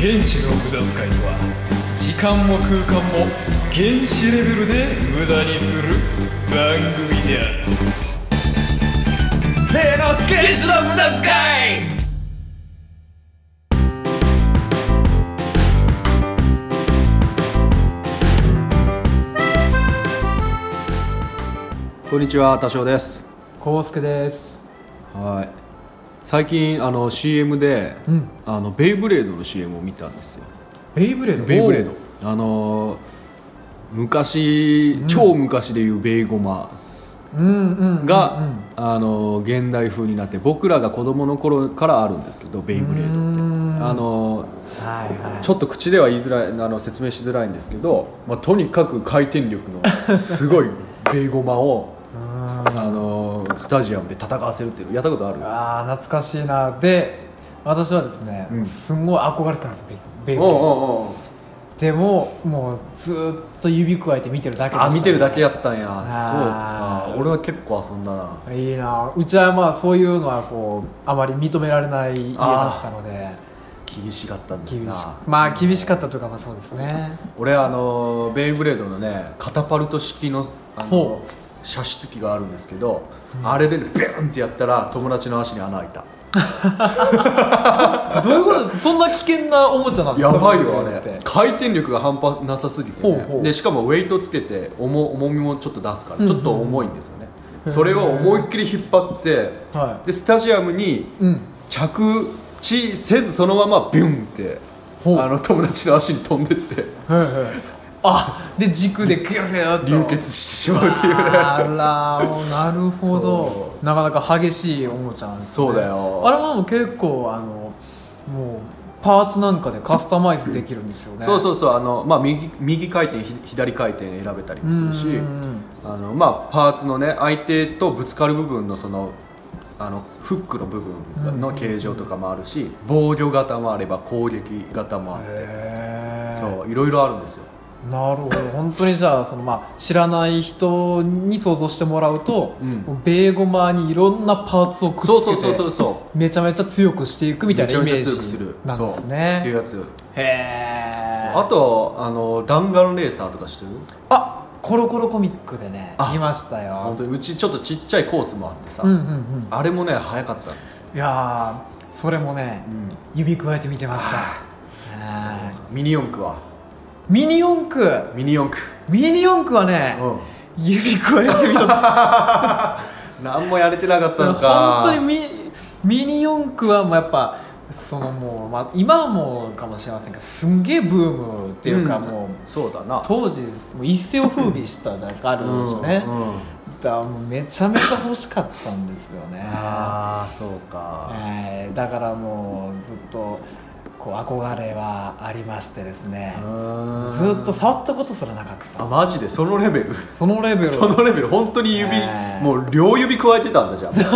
原子の無駄遣いとは時間も空間も原子レベルで無駄にする番組であるせーの原子の無駄遣いこんにちは多少ですコウスケですはい最近あの CM で、んあのベイブレードの CM を見たんですよベイブレードベイブレードあのー昔、超昔でいうベイゴマうんうんが、あの現代風になって僕らが子供の頃からあるんですけどベイブレードってあのはいはちょっと口では言いづらいあの説明しづらいんですけど、まあ、とにかく回転力のすごいベイゴマをあのスタジアムで戦わせるっていうのやったことあるああ懐かしいなで私はですね、うんすんごい憧れてたんですベイベイブレおードうおうおうでももうずーっと指くわえて見てるだけでしたあ見てるだけやったんやあーそうか俺は結構遊んだないいなうちはまあそういうのはこうあまり認められない家だったので厳しかったんです厳なしまあ厳しかったというかまあそうですね俺あのベイブレードのねカタパルト式のあのほ射出機があるんですけど、あれでねビュンってやったら友達の足に穴開いたどういうことですかそんな危険なおもちゃなんですやかばいベイブよレードあってれ回転力が半端なさすぎて、ねほうほうでしかもウェイトつけて重重みもちょっと出すからんちょっと重いんですよね、それを思いっきり引っ張って、はいでスタジアムにうん着地せずそのままビュンってほうあの友達の足に飛んでってはいはいあで軸でグルーっと流血してしまうっていうねあらなるほどそなかなか激しいおもちゃなんですねそうだよあれも結構あのもうパーツなんかでカスタマイズできるんですよねそううそうそうあの、まあ、右右回転ひ左回転選べたりもするしうんうんうんあの、まあ、パーツのね相手とぶつかる部分のそのあのフックの部分の形状とかもあるし、防御型もあれば攻撃型もあって、へーそういろいろあるんですよなるほど本当にじゃあその、まあ、知らない人に想像してもらうと、うんもうベーゴマにいろんなパーツをくっつけてそうそうそうそうそうめちゃめちゃ強くしていくみたいなイメーめちゃめちゃ強くすジるなんですそうっていうねやつへえあとあの弾丸レーサーとかしてるあコロコロコミックでねあ見ましたよ本当にうちちょっとちっちゃいコースもあってさ、うんうんうんあれもね早かったんですよ、いやーそれもね、うん指くわえて見てましたはいミニ四駆はミニ四駆ミニ四駆ミニ四駆はね、うん指くわえて見とった何もやれてなかったのか本当にミミニ四駆はもうやっぱそのもう、まあ、今はもうかもしれませんがすんげえブームっていうか、うんもうそうだな当時もう一世を風靡したじゃないですかあるんでしょうね、うんうんだからもうめちゃめちゃ欲しかったんですよねああそうかえーだからもうずっとこう憧れはありましてですねずっと触ったことすらなかったあマジでそのレベ ルそのレベルそのレベル本当に指ねもう両指加えてたんだじゃん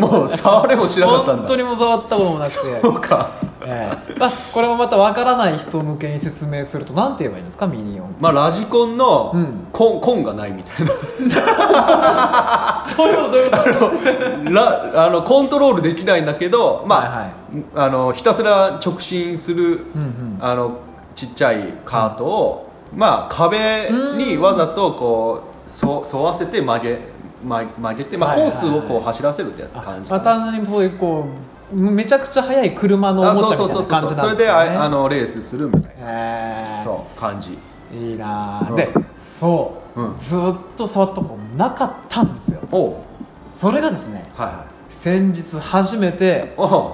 もう触れもしなかったんだ本当にもう触ったこともなくて、そうかえーまあ、これもまたわからない人向けに説明するとなんて言えばいいんですかミニオンまあラジコンのうんコン,、コンがないみたいなどういうことどういうこ とラあのコントロールできないんだけどまあ,、はいはいあのひたすら直進する、んうんあのちっちゃいカートを、まあ壁にわざとこうそ沿わせて曲げま曲げて、まあ、はいコはいーはいスをこう走らせるってやつ感じまあ単純にそういうこうめちゃくちゃ速い車のあおもちそうゃそみうたいそうそな感うそじなれんですでよねああのレースするみたいえなーそう感じいいなうあんでそう、うんずーっと触ったことなかったんですよおうそれがですねはいはい先日初めておう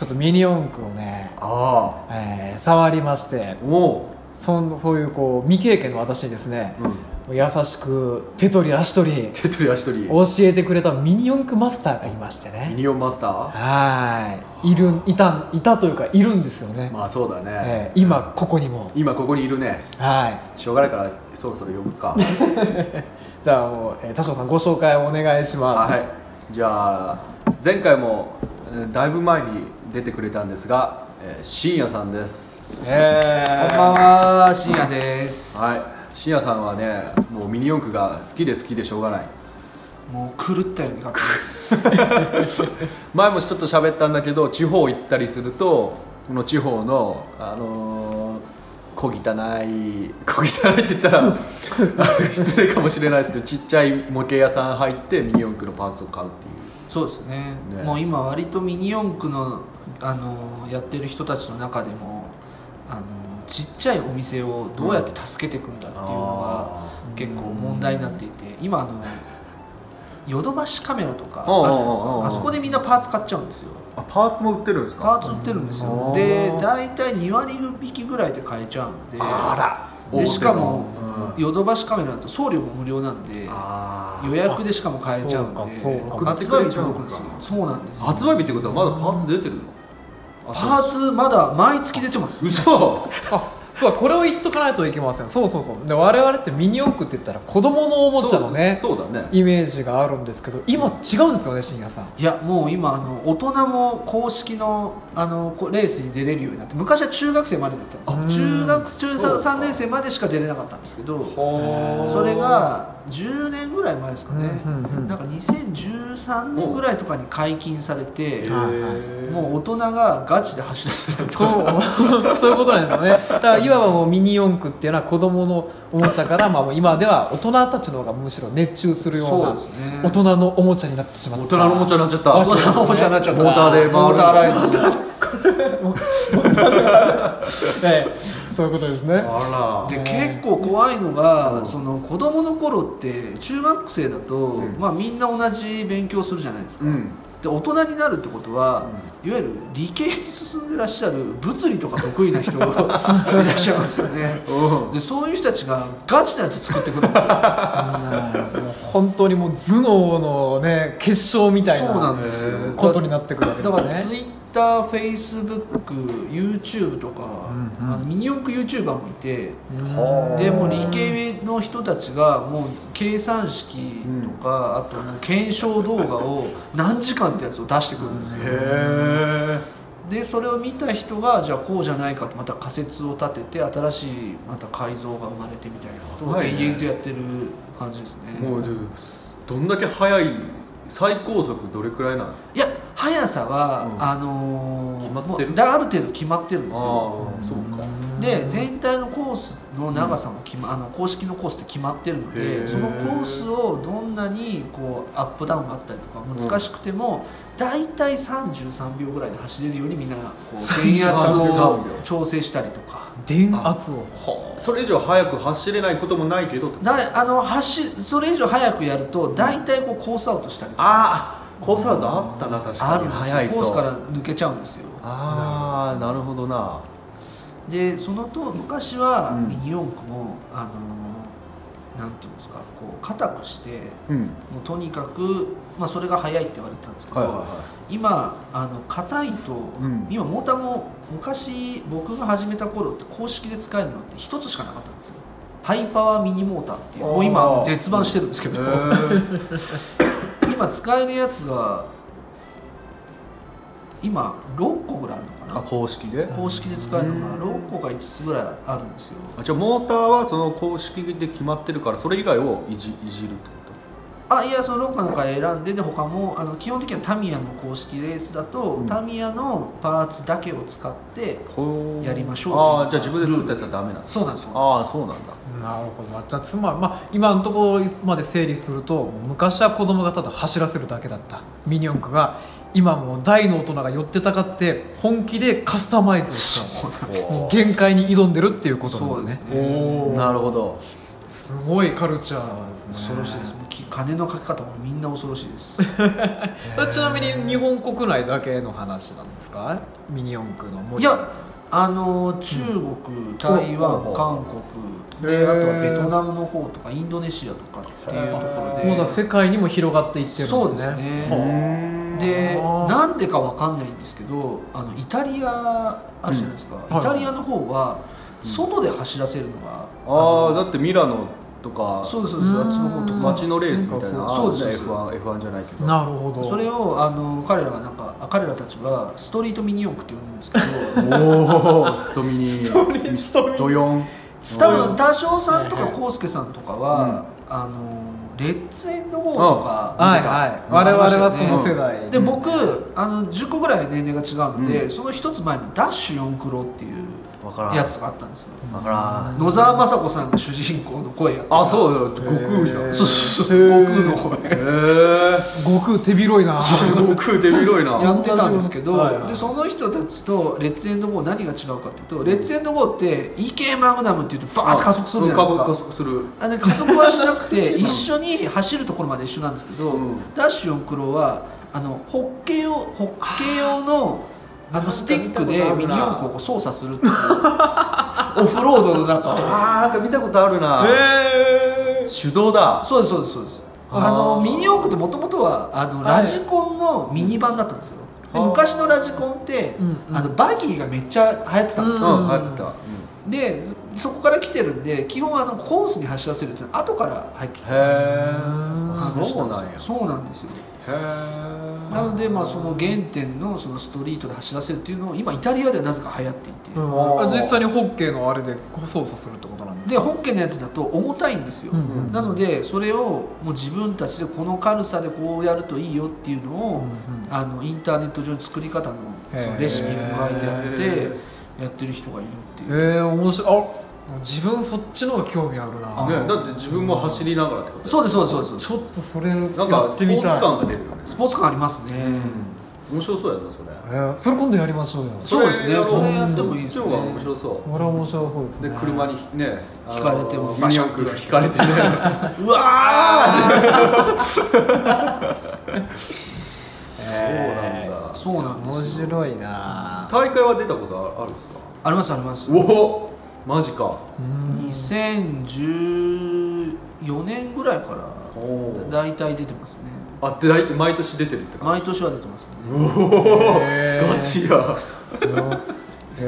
ちょっとミニ四駆をね、あえー触りましてあおうそんそういうこう未経験の私にですね、優しく手取り足取り手取り足取り教えてくれたミニ四駆マスターがいましてミねニオンマスターはーいいるいたいたというかいるんですよね、まあそうだねえー今ここにも今ここにいるねはいしょうがないからそろそろ呼ぶか じゃあもう、えー、田代さんご紹介をお願いしますはいじゃあ前回もえーだいぶ前に出てくれたんですがえー深夜さんですえー、こんばんは、深夜です。はい深夜さんはねもうミニ四駆が好きで好きでしょうが ないもう狂ったようにかっこいいです。前もちょっと喋ったんだけど地方行ったりするとこの地方の、あのー小汚い小汚いって言ったら失礼かもしれないですけどちっちゃい模型屋さん入ってミニ四駆のパーツを買うっていうそうですねねもう今割とミニ四駆のあのやってる人たちの中でもあのちっちゃいお店をどうやって助けていくんだっていうのあが結構問題になっていて今あのヨドバシカメラとかおうおうおうあるじゃないですおうおうかあそこでみんなパーツ買っちゃうんですよあパーツも売ってるんですかパーツ売ってるんですうよんであー大体2割引きぐらいで買えちゃうんで大手のでしかもうんヨドバシカメラだと送料も無料なんであ予約でしかも買えちゃうんでそうかそうか発売日届くんですよそうなんですーよ発売日ってことはまだパーツ出てるのパーツまだ毎月出てます嘘あそうだこれを言っとかないといけませんそうそうそうで我々ってミニ四駆って言ったら子供のおもちゃのねそうそうだねイメージがあるんですけど今違うんですよね深夜さんいやもう今あの大人も公式のあのこレースに出れるようになって昔は中学生までだったんですよ中学中そうか3年生までしか出れなかったんですけどはそれが10年ぐらい前ですかねうんうんうんなんか2013年ぐらいとかに解禁されてーはいもう大人がガチで走らせるそう そういうことなんだねだからいわばもうミニ四駆っていうのは子供のおもちゃから、まあ、もう今では大人たちの方がむしろ熱中するようそうなですね大人のおもちゃになってしまっ大た人のおもちゃになっちゃった大人のおもちゃになっちゃったモーターで回るモーターライトええそういうことですねあでね結構怖いのが、その子供の頃って中学生だと、まあ、みんな同じ勉強するじゃないですか、らうんで大人になるってことは、いわゆる理系に進んでらっしゃる物理とか得意な人 いらっしゃいますよねうでそういう人たちがガチなやつ作ってくるんですよもう本当にもう頭脳のね結晶みたいそうななんですへよことになってくるわけだからですね Twitter、Facebook、YouTube とか、あのミニ四駆 YouTuber もいて、でもう理系の人たちがもう計算式とか、あともう検証動画を何時間ってやつを出してくるんですよ、へでそれを見た人がじゃあこうじゃないかとまた仮説を立てて新しいまた改造が生まれてみたいなことをはいね延々とやってる感じですね、えもうでどんだけ速い最高速どれくらいなんですかいや速さは、うんあのー決まってるもうだある程度決まってるんですよあそうかで全体のコースの長さも決、まあの公式のコースって決まってるのへーでそのコースをどんなにこうアップダウンがあったりとか難しくても、大体33秒ぐらいで走れるようにみんなこう電圧を33秒調整したりとか。電圧をそれ以上速く走れないこともないけどだあの走それ以上速くやると大体こうコースアウトしたりとかああコースアウトあったな確あかるにんです速いよとコースから抜けちゃうんですよああなるほどなでそのと昔はうんミニ四駆も、あのなんていうんですかこう硬くしてうんもうとにかく、まあ、それが速いって言われてたんですけど、今あの硬いと、ん今モーターも昔僕が始めた頃って公式で使えるのって一つしかなかったんですよハイパワーミニモーターっていうもう今あー絶版してるんですけど、今使えるやつが今6個ぐらいあるのかあな公式で公式で使えるのが6個か5つぐらいあるんですよあじゃあモーターはその公式で決まってるからそれ以外をいじいじるってあいやその6個の回選んでで他もあの基本的にはタミヤの公式レースだと、んタミヤのパーツだけを使ってことほうやりましょうああじゃあ自分で作ったやつはダメなんですそうなんですよああそうなんだなるほどじゃあつまり、まあ、今のところまで整理すると昔は子供がただ走らせるだけだったミニ四駆が今もう大の大人が寄ってたかって本気でカスタマイズをして限界に挑んでるっていうことなんですねそうですねなるほどすごいカルチャーですね恐ろしいですもうき金のかけ方もみんな恐ろしいでそすれちなみに日本国内だけの話なんですかミニ四駆の森いやあの中国、台ほう湾ほ韓国へーであとはベトナムの方とかインドネシアとかっていうところでもうじゃあ世界にも広がっていってるんですねそうですねでなんでかわかんないんですけどあのイタリアあるじゃないですか、うんはいイタリアの方は外で走らせるのが、ああだってミラノとかそうですそうですあっちの方とか街のレースみたいなんなかそうそうです F1, F1 じゃないけどなるほどそれをあの彼らはなんかあ彼らたちはストリートミニ四駆って呼んでるんですけどおおストミニストヨン多分多少さんとかコウスケさんとかは、あのレッツエンドゴーとか、はいはい我々はその世代、で僕あの10個ぐらい年齢が違うので、その一つ前に「ダッシュ四クロ」っていうわからんやつとかあったんですよわからん野沢雅子さんが主人公の声やったあそうだよ悟空じゃんそうそうそう悟空のへ声え悟空手広いな悟空で広いなやってたんですけど、はいはいでその人たちとレッツエンドゴー何が違うかっていうとレッツエンドゴーって EK マグナムっていうとバーッて加速するじゃないですか加速するあで加速はしなくて 一緒に走るところまで一緒なんですけど、うんダッシュ四クロはあのホッケーをホッケー用のあのスティックでミニ四駆をこう操作するって いうオフロードの中をあーなんか見たことあるなへえ手動だそうですそうですそうですあーあのミニ四駆ってもともとはあのはいラジコンのミニ版だったんですよで昔のラジコンって、うんうんあのバギーがめっちゃ流行ってたんですうよ、ん入ってたでそそこから来てるんで基本あのコースに走らせるっていうのは後から入ってきたへえ話そうんなんなですやよそうなんですよへえなのでまあその原点のそのストリートで走らせるっていうのを今イタリアではなぜか流行っていて、うん実際にホッケーのあれで操作するってことなんですでホッケーのやつだと重たいんですよ、うんうんうんなのでそれをもう自分たちでこの軽さでこうやるといいよっていうのを、あのインターネット上に作り方のへーそのレシピが書いてあってやってる人がいるっていう、ええ面白いあ自分そっちの方が興味あるなあねだって自分も走りながらってことそうですそうですそうですちょっとそれなんかやっスポてみーツたい感が出るよねスポーツ感ありますね、面白そうやなそれえーそれ今度やりましょうよそうですねやろそれやってもいいですそねっちの方が面白そこれは面白そうですうでね車にね引かれてもあのミニ四駆引かれてね うわそうなんだーそうなんで面すよ白いな大会は出たことああるんですかありますありますおおマジか2014年ぐらいからおー大体出てますねあって大毎年出てるってか毎年は出てますねへーガチや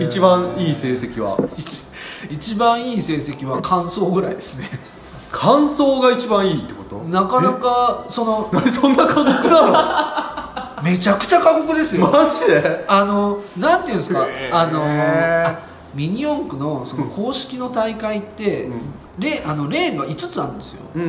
一番いい成績は一一番いい成績は完走ぐらいですね 感想が一番いいってことなかなかその何そんな過酷なめちゃくちゃ過酷ですのよマジで あのなんていうんですかあのあミニ四駆のその公式の大会って、レあのレーンが5つあるんですようんうん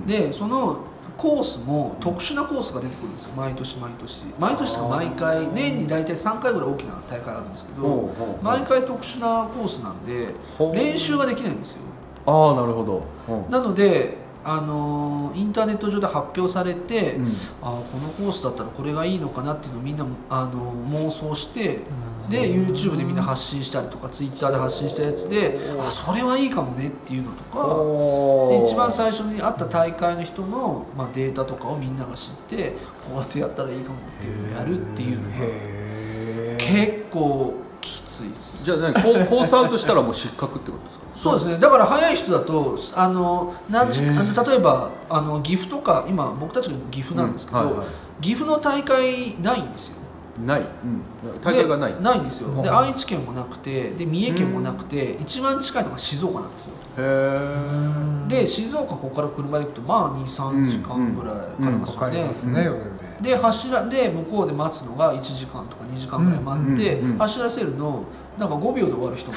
うんでそのコースも特殊なコースが出てくるんですよ毎年毎年毎年とか毎回年に大体3回ぐらい大きな大会があるんですけほうほどうほう毎回特殊なコースなんでほう練習ができないんですよああなるほど、うんなので、あのーインターネット上で発表されて、うんあーこのコースだったらこれがいいのかなっていうのをみんな、あのー妄想してで YouTube でみんな発信したりとか Twitter で発信したやつであそれはいいかもねっていうのとかで一番最初にあった大会の人の、まあ、データとかをみんなが知ってこうやってやったらいいかもっていうのをやるっていうのが結構きついです。じゃあ何コーコースアウトしたらもう失格ってことですかそうですねだから早い人だとあの何時あの例えばあの岐阜とか今僕たちが岐阜なんですけど、うんはいはい岐阜の大会ないんですよない、うん、大会がないでへないんですよで愛知県もなくてで三重県もなくて、一番近いのが静岡なんですよ、えで静岡ここから車で行くとまあ23時間ぐらいかかりますかかよね、りますね、夜でで柱で向こうで待つのが1時間とか2時間ぐらい待って、うんうんうん走らせるのなんか5秒で終わる人も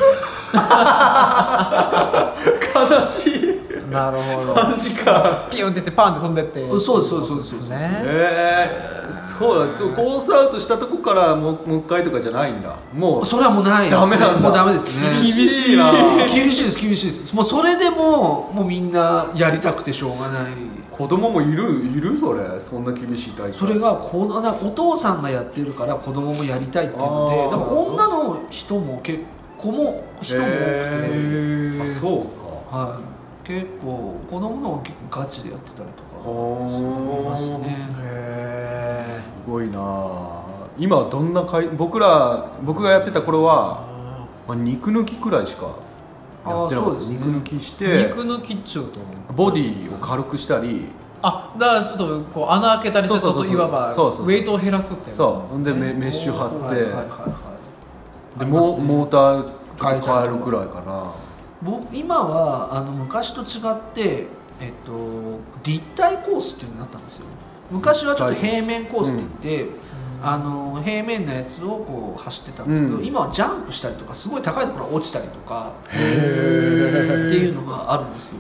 悲しいなるほどマジかピュンってやってパンって飛んでってそうですそうですそうですそうですねええそうだとコースアウトしたとこからもうもう一回とかじゃないんだもうそれはもうないですダメなんだもうダメですね厳しいな厳しいです厳しいですもうそれでももうみんなやりたくてしょうがない子供もいるいるそれそんな厳しい大会それがこのなお父さんがやってるから子供もやりたいっていうのであだーから女の人も結子も人も多くて、へあそうかはい、結構子供の方が結構ガチでやってたりとかおいますねへすごいなあ今どんな会僕ら僕がやってた頃は、まあ、肉抜きくらいしかやってなかあーそうっでた、すね肉抜きしえて肉の切っちゃうとボディを軽くしたりあだからちょっとこう穴開けたりしてちそょうそうそうっとそういわばそうそうそうウェイトを減らすっていうことそうほんでメメッシュ貼っはいて、はいはいはいでモモーターちょっと変えるくらいか僕今はあの昔と違って、えっと、立体コースっていうのになったんですよ昔はちょっと平面コースって言って、あの平面のやつをこう走ってたんですけど、うん今はジャンプしたりとかすごい高いところから落ちたりとかってなへえいうのがあるんですよ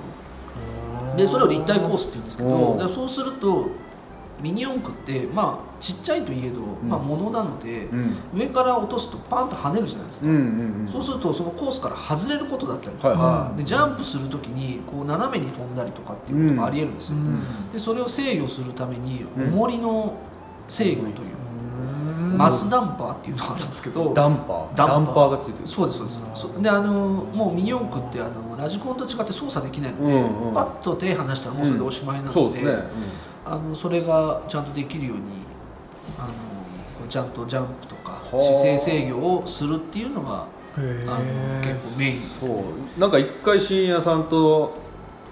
へでそれを立体コースって言うんですけどでそうするとミニ四駆ってまあちっちゃいといえど、まあ、ものなので、ん上から落とすとパンと跳ねるじゃないですか、うんうんそうするとそのコースから外れることだったりとか、はいでジャンプする時にこう斜めに飛んだりとかっていうことがありえるんですよ、でそれを制御するために重りの制御という、マスダンパーっていうのがあるんですけどうんダンパーダンパーダンパーがついてるそうですそうですそであのもうミニ四駆ってあのラジコンと違って操作できないので、うんうんパッと手離したらもうそれでおしまいなので,、そうですねあのそれがちゃんとできるようにあのこうちゃんとジャンプとかあ姿勢制御をするっていうのがあへの結構メインでうすんそうなんか一回深夜さんと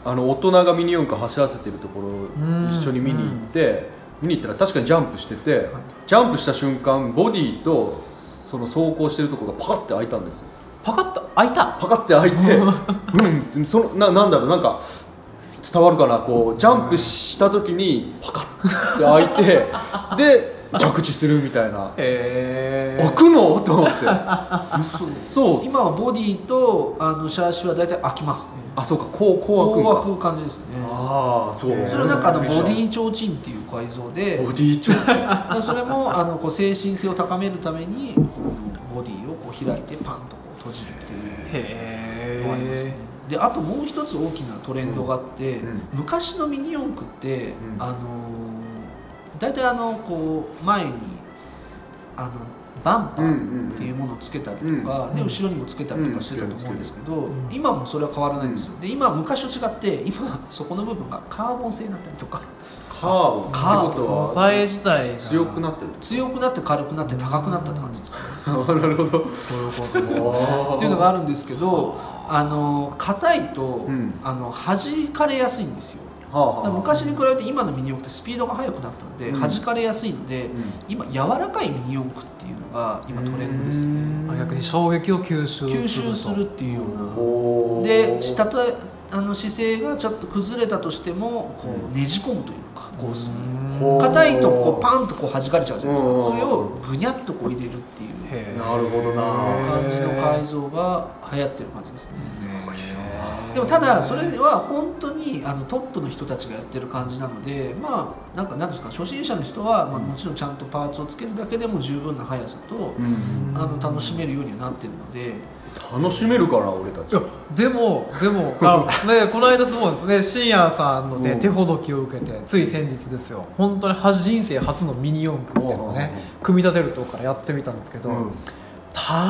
あの大人がミニ四駆走らせてるところん一緒に見に行って見に行ったら確かにジャンプしててジャンプした瞬間ボディとその走行してるところがパカッて開いたんですよパカッと開いたパカって開いて、 うん、そのななんだろうなんか伝わるかなこうジャンプした時にパカッて開い てで着地するみたいなへ開くのと思ってそう今はボディとあのシャーシは大体開きますねあそうかこうここうう開開くんかく感じですねああそうそれをなんかあのボディィ提灯っていう改造でボディちょでそれもあのこう精神性を高めるためにこうボディをこう開いてパンとこう閉じるっていうへのがありますねであともう一つ大きなトレンドがあって、昔のミニ四駆って、あのー大体あのこう前にあのバンパーっていうものをつけたりとか、で後ろにもつけたりとかしてたと思うんですけど、今もそれは変わらないんですよで今昔と違って今そこの部分がカーボン製になったりとかカーブってカーブこと素は材自体が強くなってる強くなって軽くなって高くなったって感じですねなるほどっていうのがあるんですけどあの硬いと、んあの弾かれやすいんですよはあはだからあ昔に比べて今のミニ四駆ってスピードが速くなったので、弾かれやすいので、今柔らかいミニ四駆っていうのが今トレンドですねあ逆に衝撃を吸収すると吸収するっていうようおなーでしたたあの姿勢がちょっと崩れたとしてもこうねじ込むというかコースほにう硬いとこうパンとこう弾かれちゃうじゃないですうかんそれをぐにゃっとこう入れるっていうへなるほどな感じの改造が流行ってる感じですねでもただそれは本当にあのトップの人たちがやってる感じなのでまあなんかなんですか初心者の人は、まあ、もちろんちゃんとパーツをつけるだけでも十分な速さと、あの楽しめるようにはなってるので楽しめるかな俺たいちやでもでもあね この間そうですね深夜さんのうねん手ほどきを受けてつい先日ですよ本当には人生初のミニ四駆っていうのをね組み立てるとこからやってみたんですけど、うん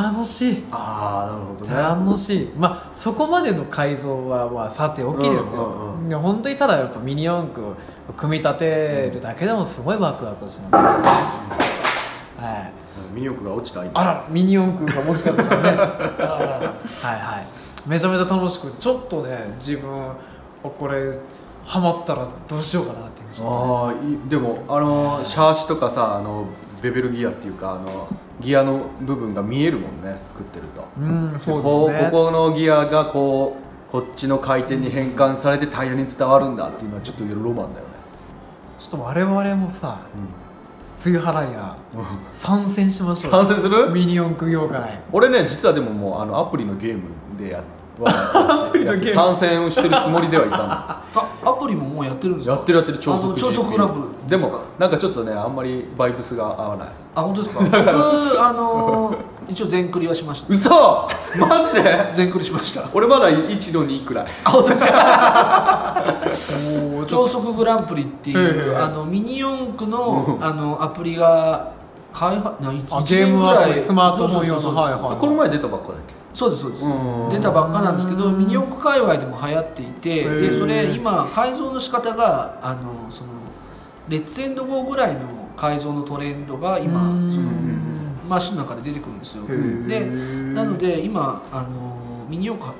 楽しいああなるほどね楽しいまあそこまでの改造は、まあ、さておきですよ、うんうんいや本当にただやっぱミニ四駆を組み立てるだけでもすごいワクワクしますし、はいミニ四駆が落ちた今あらミニ四駆がもしかしたらねあらあらあら はいはいめちゃめちゃ楽しくてちょっとね自分あこれハマったらどうしようかなっていうのをあーいでもあのシャーシとかさあのベベルギアっていうかあのギアの部分が見えるもんね作ってるとうんそうこですねうここのギアがこうこっちの回転に変換されてタイヤに伝わるんだっていうのはちょっとロマンだよねちょっと我々もさ、梅雨払いや参戦しましょう参戦するミニ四駆業界俺ね実はでももうあのアプリのゲームでやはアプリのゲーム参戦をしてるつもりではいたあアプリももうやってるんですのかやってるやってる超あの速超速 GP グランプリですかもなんかちょっとねあんまりバイブスが合わないあ本当です か僕あのー一応全クリはしました嘘 マジで全クリしました俺まだ1の2くらい あ本当ですか超速グランプリっていう、あのミニ四駆のあのアプリが開発な1あゲームアプリスマートフォン用のはいいはいこの前出たばっかだっけそうですそうですうん出たばっかなんですけどミニ四駆界隈でも流行っていてへでーそれ今改造の仕方があのそのレッツエンド5ぐらいの改造のトレンドが今うんそのマシンの中で出てくるんですよーでなので今あのミニ四駆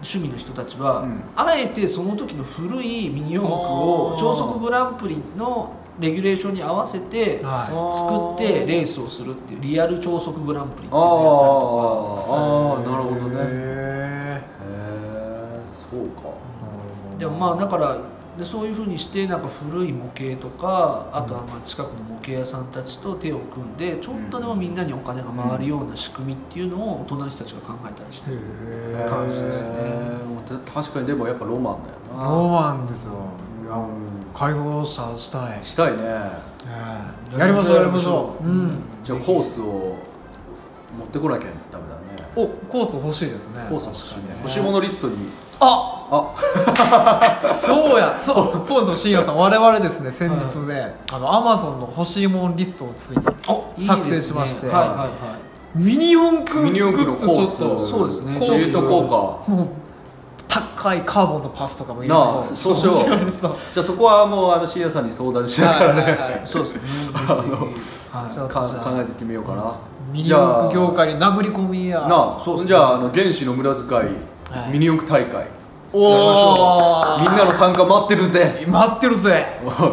趣味の人たちは、あえてその時の古いミニ四駆を超速グランプリのレギュレーションに合わせては作ってレースをするっていうリアル超速グランプリっていうあーのをやったりとあーか。なるほどねへへえそうかでもまあだからでそういうふうにしてなんか古い模型とかあとはまあ近くの模型屋さんたちと手を組んでちょっとでもみんなにお金が回るような仕組みっていうのを大人の人たちが考えたりしてる感じですね。確かにでもやっぱロマンだよなロマンですよいやもう改造したしたいしたいねええやりましょうやりましょううんじゃあコースを持ってこなきゃダメだねおコース欲しいですねコース欲しいね欲しいものリストにああ そうやそうそうですよ深夜さん我々ですね先日ねあのアマゾンの欲しいもんリストをついにいいですね作成しましてはいはいはいミニ四駆ミニ四駆のグッズちょっコーとスをそうですねコース入れとこうかもう高いカーボンのパスとかも入れてなあそうしよう じゃあそこはもうあの深夜さんに相談しながらね、 そうですね。はいちょっとかじゃあ考えて決めようかな、ミニ四駆業界に殴り込みやなあそうっすねじゃああの原始の無駄遣い、ミニ四駆大会おおみんなの参加待ってるぜ 待ってるぜ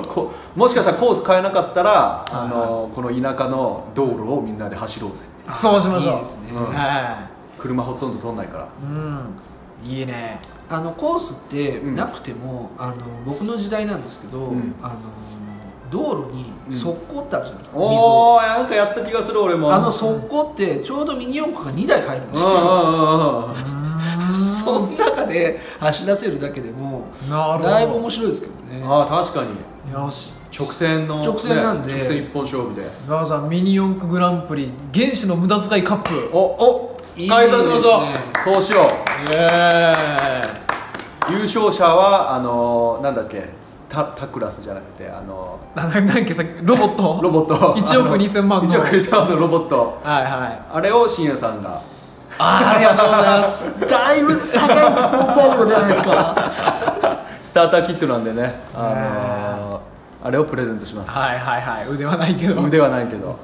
こもしかしたらコース変えなかったらあのこの田舎の道路をみんなで走ろうぜそうしましょういいですねは車ほとんど通んないからいうんいいねあのコースってうんなくても、あの僕の時代なんですけど、うんあの道路に側溝ってあるじゃないですか、水をおおなんかやった気がする俺もあの側溝ってちょうどミニ四駆が2台入るんですよ、うんうんうんうんその中で走らせるだけでもなるほどだいぶ面白いですけどねああ確かによし直線の直線なんで直線一本勝負でまあじゃあミニ四駆グランプリ原始の無駄遣いカップおおい解散しましょうですねそうしようイエーイ優勝者はあのーなんだっけタタクラスじゃなくてあのなななんだっけさっきロボットーロボット1億2000万 の1億2000万のロボットはいはいあれを深夜さんがあーありがとうございますだいぶ高いスポンサー料じゃないですかスターターキットなんでね、あのーあれをプレゼントしますはいはいはい腕はないけど腕はないけど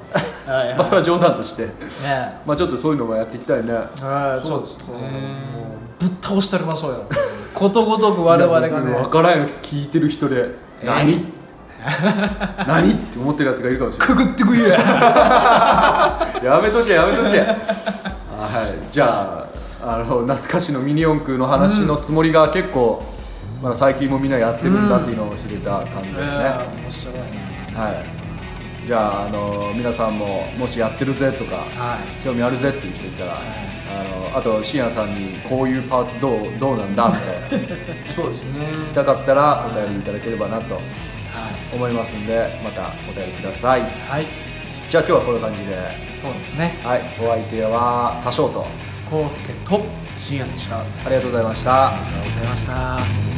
はいはいまあそれは冗談としてねまあちょっとそういうのもやっていきたいねあーちょっともうぶっ倒してやりましょうよことごとく我々がね分からんよ聞いてる人で何、 何って思ってるやつがいるかもしれないくぐってく いややめとけやめとけはいじゃああの懐かしのミニ四駆の話のつもりが結構、まだ最近もみんなやってるんだっていうのを知れた感じですね、面白いなはいじゃああの皆さんももしやってるぜとか、はい興味あるぜっていう人いたら、あのあと深夜さんにこういうパーツどうどうなんだみたいな 聞そうですねきたかったらお便りいただければなと思いますんでまたお便りくださいはいじゃあ今日はこんな感じでそうですねはいお相手は多少とコウスケと深夜でしたありがとうございました。ありがとうございました